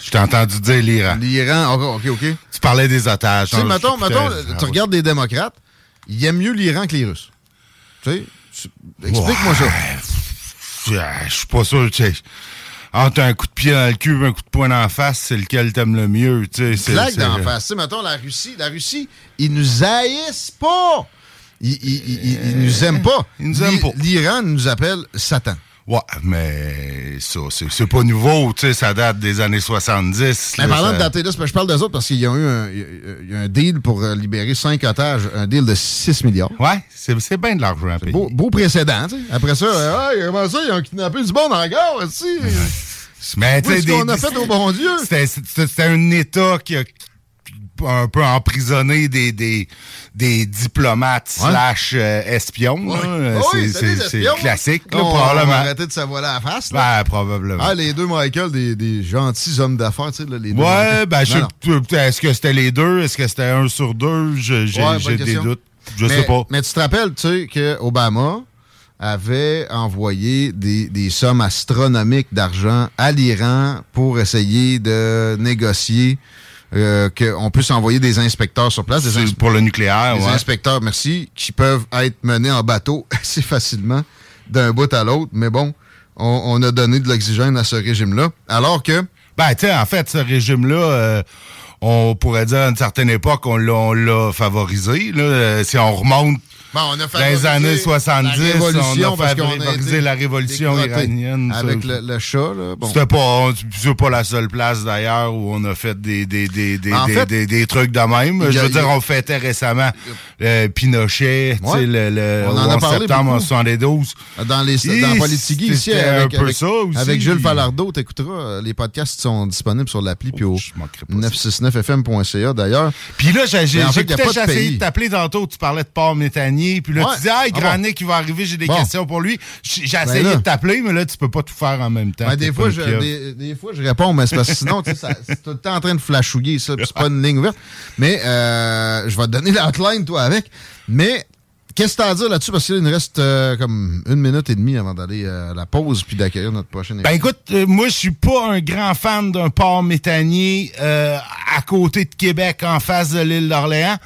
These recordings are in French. Je t'ai entendu dire l'Iran. L'Iran, ok, ok, ok. Tu parlais des otages. Tu sais, Non, mettons, Ah. je t'écoutais, mettons, je- tu regardes des démocrates, ils aiment mieux l'Iran que les Russes. Tu sais, tu- explique-moi ça. Ah, Je suis pas sûr, tu sais. Entre un coup de pied dans le cul et un coup de poing en face, c'est lequel t'aimes le mieux, tu sais. c'est- Claque c'est- d'en face. Tu sais, mettons, la Russie, la Russie, ils nous haïssent pas. Ils, ils- ils- ils- ils nous aiment pas. Ils nous aiment L'I- pas. L'Iran nous appelle Satan. Ouais, mais ça, c'est c'est pas nouveau, tu sais, ça date des années 70. Mais là, parlant de ça- dater là, c'est parce que je parle d'eux autres parce qu'ils ont eu un, il y a- il y a un deal pour euh, libérer cinq otages, un deal de 6 milliards. Ouais, c'est c'est bien de l'argent à payer. Beau, beau précédent, tu sais. Après ça, euh, Hey, comment ça, ils ont kidnappé du monde encore, aussi. Mais tu Oui, sais, ce des- qu'on a fait au bon Dieu. C'était c'était- c'était un État qui a un peu emprisonné des, des, des diplomates Ouais. slash euh, espions. là. Ah oui, euh, C'est- c'est des c'est c'est espions. classique, là, On- On va probablement. arrêter de se voiler à la face. là. Ben, probablement. Ah, les deux Michael, des, des gentils hommes d'affaires, tu sais, là, les deux. ouais, ben, je- Non, non. peut- est-ce que c'était les deux? Est-ce que c'était un sur deux? Je- J'ai Ouais, bonne j'ai des question. doutes. Je mais, sais pas. Mais tu te rappelles, tu sais, que Obama avait envoyé des, des sommes astronomiques d'argent à l'Iran pour essayer de négocier euh, qu'on puisse envoyer des inspecteurs sur place, des, C'est ins- pour le nucléaire, des Ah ouais. inspecteurs, merci, qui peuvent être menés en bateau assez facilement d'un bout à l'autre. Mais bon, on, on a donné de l'oxygène à ce régime-là. Alors que, Ben, tu sais, en fait, ce régime-là, euh, on pourrait dire à une certaine époque, on l'a- on l'a favorisé. Là, Euh, si on remonte Bon, on a Dans les années 70, la on a parce qu'on favorisé été la révolution décrottés iranienne, ça. Avec le, le chat, là. Bon. C'était pas, on- c'est pas la seule place d'ailleurs où on a fait des, des, des, des, Ben, En des, fait, des- des trucs de même. il y Je a- veux il y dire, a- on fêtait récemment euh, Pinochet, tu Ouais. sais, le, le On en a 11 parlé septembre beaucoup. Ah. 72. Dans les Hi, dans Politigui ici, c'était avec, un peu avec, ça aussi. avec Jules Falardeau, t'écouteras. euh, Les podcasts sont disponibles sur l'appli puis au Oh, je manquerai pas ça. 969fm.ca d'ailleurs. Puis là, j'ai, j'ai, Mais en fait, j'écoutais, il y a pas de j'ai essayé pays. de t'appeler tantôt, tu parlais de Paul Métanier, puis là, Ouais. tu dis, hey, Ah Grand bon. Nick, il va arriver, j'ai des Bon. questions pour lui. J'ai, j'ai Ben essayé là. de t'appeler, mais là, tu peux pas tout faire en même temps. Ben, T'es des, pas fois, une je, pieuvre. des, des fois, je réponds, mais c'est parce que sinon, tu sais, ça- c'est tout le temps en train de flashouiller, ça, puis c'est pas une ligne ouverte. Mais euh, je vais te donner l'outline, toi, avec. Mais qu'est-ce que t'as à dire là-dessus? Parce qu'il nous reste euh, comme une minute et demie avant d'aller euh, à la pause puis d'accueillir notre prochaine Ben écoute, euh, moi je suis pas un grand fan d'un port métanier euh, à côté de Québec, en face de l'île d'Orléans.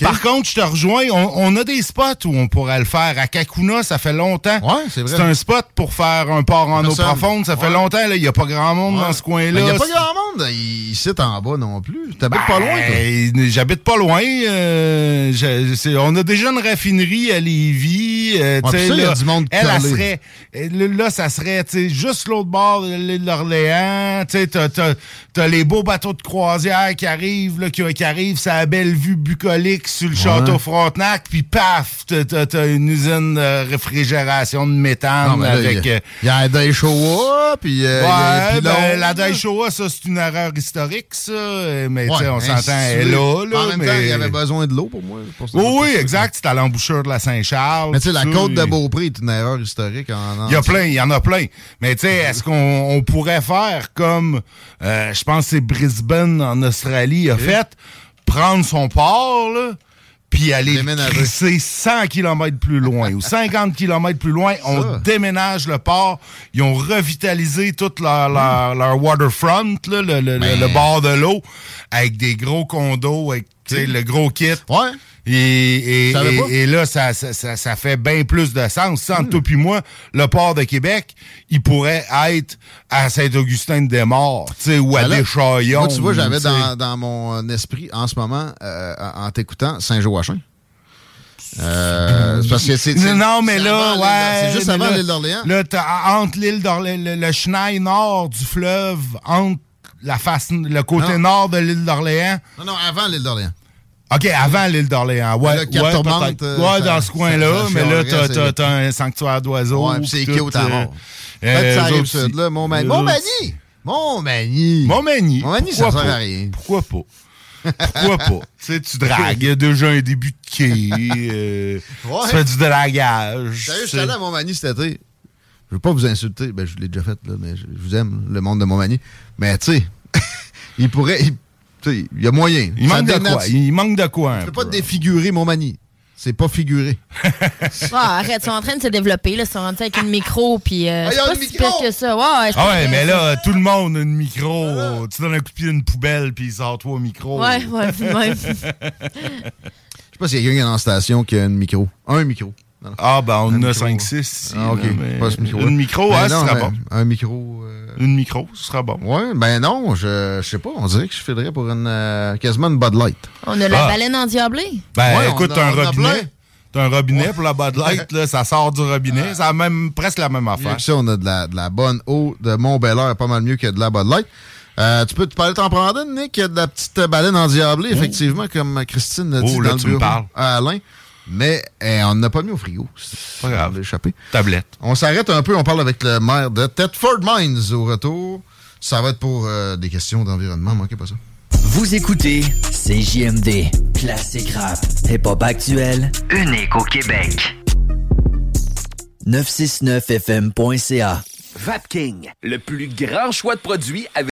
Par contre, je te rejoins, on, on a des spots où on pourrait le faire. À Kakuna, ça fait longtemps. Ouais, c'est vrai. C'est un spot pour faire un port en Personne. eau profonde. Ça fait Ouais. Ben, longtemps, là. Il y a pas grand monde dans ce coin-là. Il n'y a pas C'est- grand monde hein. ici en bas non plus. T'habites pas loin, toi. Ben, J'habite pas loin. euh, je- c'est- on a déjà une raffinerie à Lévis. euh, Ouais, tu puis sais, ça, il y a là, du monde elle, elle collé. serait, elle, là, ça serait tu sais, juste l'autre bord de l'île d'Orléans. Tu sais, T'as t'as- t'as les beaux bateaux de croisière qui arrivent, là, qui, qui arrivent, ça a belle vue bucolique sur le château Frontenac, puis paf, t'as- t'as t'as une usine de réfrigération de Non, méthane mais là, avec... Il y a- euh, il y a la Daishowa, puis euh, il y a Ouais, les ben, pylônes. la Daishowa, ça, c'est une erreur historique, ça. euh, Mais, tu sais, Ouais, on ainsi s'entend, de elle est suite. là, là. En même mais... temps, il y avait besoin de l'eau pour moi. pour ça. Oui, oui, exact. C'est à l'embouchure de la Saint-Charles. Mais tu sais, la tout côte ça, de et- Beaupré est une erreur historique en Il y a plein, il y en a plein. Mais tu sais, est-ce qu'on on pourrait faire comme, euh, je pense que c'est Brisbane en Australie a fait, prendre son port, là, puis aller Déménager. crisser 100 km plus loin ou 50 km plus loin, on déménage le port. Ils ont revitalisé tout Hmm. leur, leur, leur waterfront, là, le, le- le- le bord de l'eau, avec des gros condos, avec Tu sais, le gros kit. Ouais. Et, et- Je savais et- pas. et là, ça, ça, ça- ça fait bien plus de sens. Ça, Entre toi puis moi, le port de Québec, il pourrait être à Saint-Augustin-de-Desmaures, tu sais, ou à Ben là, Deschaillons. Moi, tu vois, j'avais tu sais. dans, dans mon euh, esprit en ce moment, euh, en t'écoutant, Saint-Joachim. Euh, c'est parce que c'est. c'est- Non, mais c'est là, avant l'île- ouais. C'est juste mais avant là- l'île d'Orléans. Là, t'as- entre l'île d'Orléans, le, le chenail nord du fleuve, entre la face, le côté Non. nord de l'île d'Orléans. Non, non, avant l'île d'Orléans. OK, avant l'île d'Orléans. Ouais, Ben Là, ouais, Cap Tourmente, peut-être. euh, ouais ça- dans ce ça- coin-là. ça mais là, chialerait, t'as- c'est- t'as- t'as un sanctuaire d'oiseaux. Ouais, puis c'est tout, cute à euh, mort. euh, Peut-être que ça les arrive, autres, ça, de là, Montmagny. les autres, Montmagny! Montmagny! Montmagny. Montmagny, ça pourquoi sert à pas? rien. Pourquoi pas? Pourquoi pas? Tu sais, tu dragues. Il y a déjà un début de quai. euh, Ouais. Tu fais du dragage. Sérieux, je tu sais. suis allé à Montmagny cet été. Je veux pas vous insulter, ben, je l'ai déjà fait, là, mais je, je vous aime, le monde de Montmagny. Mais tu sais, il pourrait. Il, tu sais, il y a moyen. Il Ça manque de dénat- quoi? Il manque de quoi? un Tu peux pas peu. défigurer Montmagny. C'est pas figuré. Bon, Ah, arrête, ils sont en train de se développer. Là, ils sont rendus avec une micro, puis euh, Ah, ils c'est ont pas une si micro! pire que ça. Ouais, ouais, je Ah pense ouais, que- mais là, tout le monde a une micro. Tu donnes un coup de pied à une poubelle, puis il sort toi au micro. Ouais, ouais, Je ouais. sais pas s'il y a quelqu'un dans la station qui a une micro. Un micro. Non, non. Ah, ben, on en a micro. 5-6. ici, Ah, ok. là, mais Pas ce micro. Une micro, ah, ce non, sera mais bon. Un micro. euh, Une micro, ce sera bon. Ouais, ben non, je, je sais pas. On dirait que je filerais pour une euh, quasiment une Bud Light. On a la Ah. baleine endiablée. Ben, Ouais, on écoute, a- t'as un on a plein. robinet. T'as un robinet pour la Bud Light, là, ça sort du robinet. Ça a même presque la même Mieux affaire. que ça, on a de la, de la bonne eau de Mont-Bel-Air, pas mal mieux que de la Bud Light. Euh, tu peux te parler, t'en prendre une, Nick, de la petite baleine endiablée, effectivement, comme Christine l'a dit Oh, dans là, le tu me bureau parles. à Alain. Mais eh, on n'a pas mis au frigo. C'est pas grave. on l'a échappé. Tablette. On s'arrête un peu, on parle avec le maire de Thetford Mines au retour. Ça va être pour euh, des questions d'environnement, manquez pas ça. Vous écoutez CJMD, classique rap, hip-hop actuel, unique au Québec. 969fm.ca Vapking, le plus grand choix de produits avec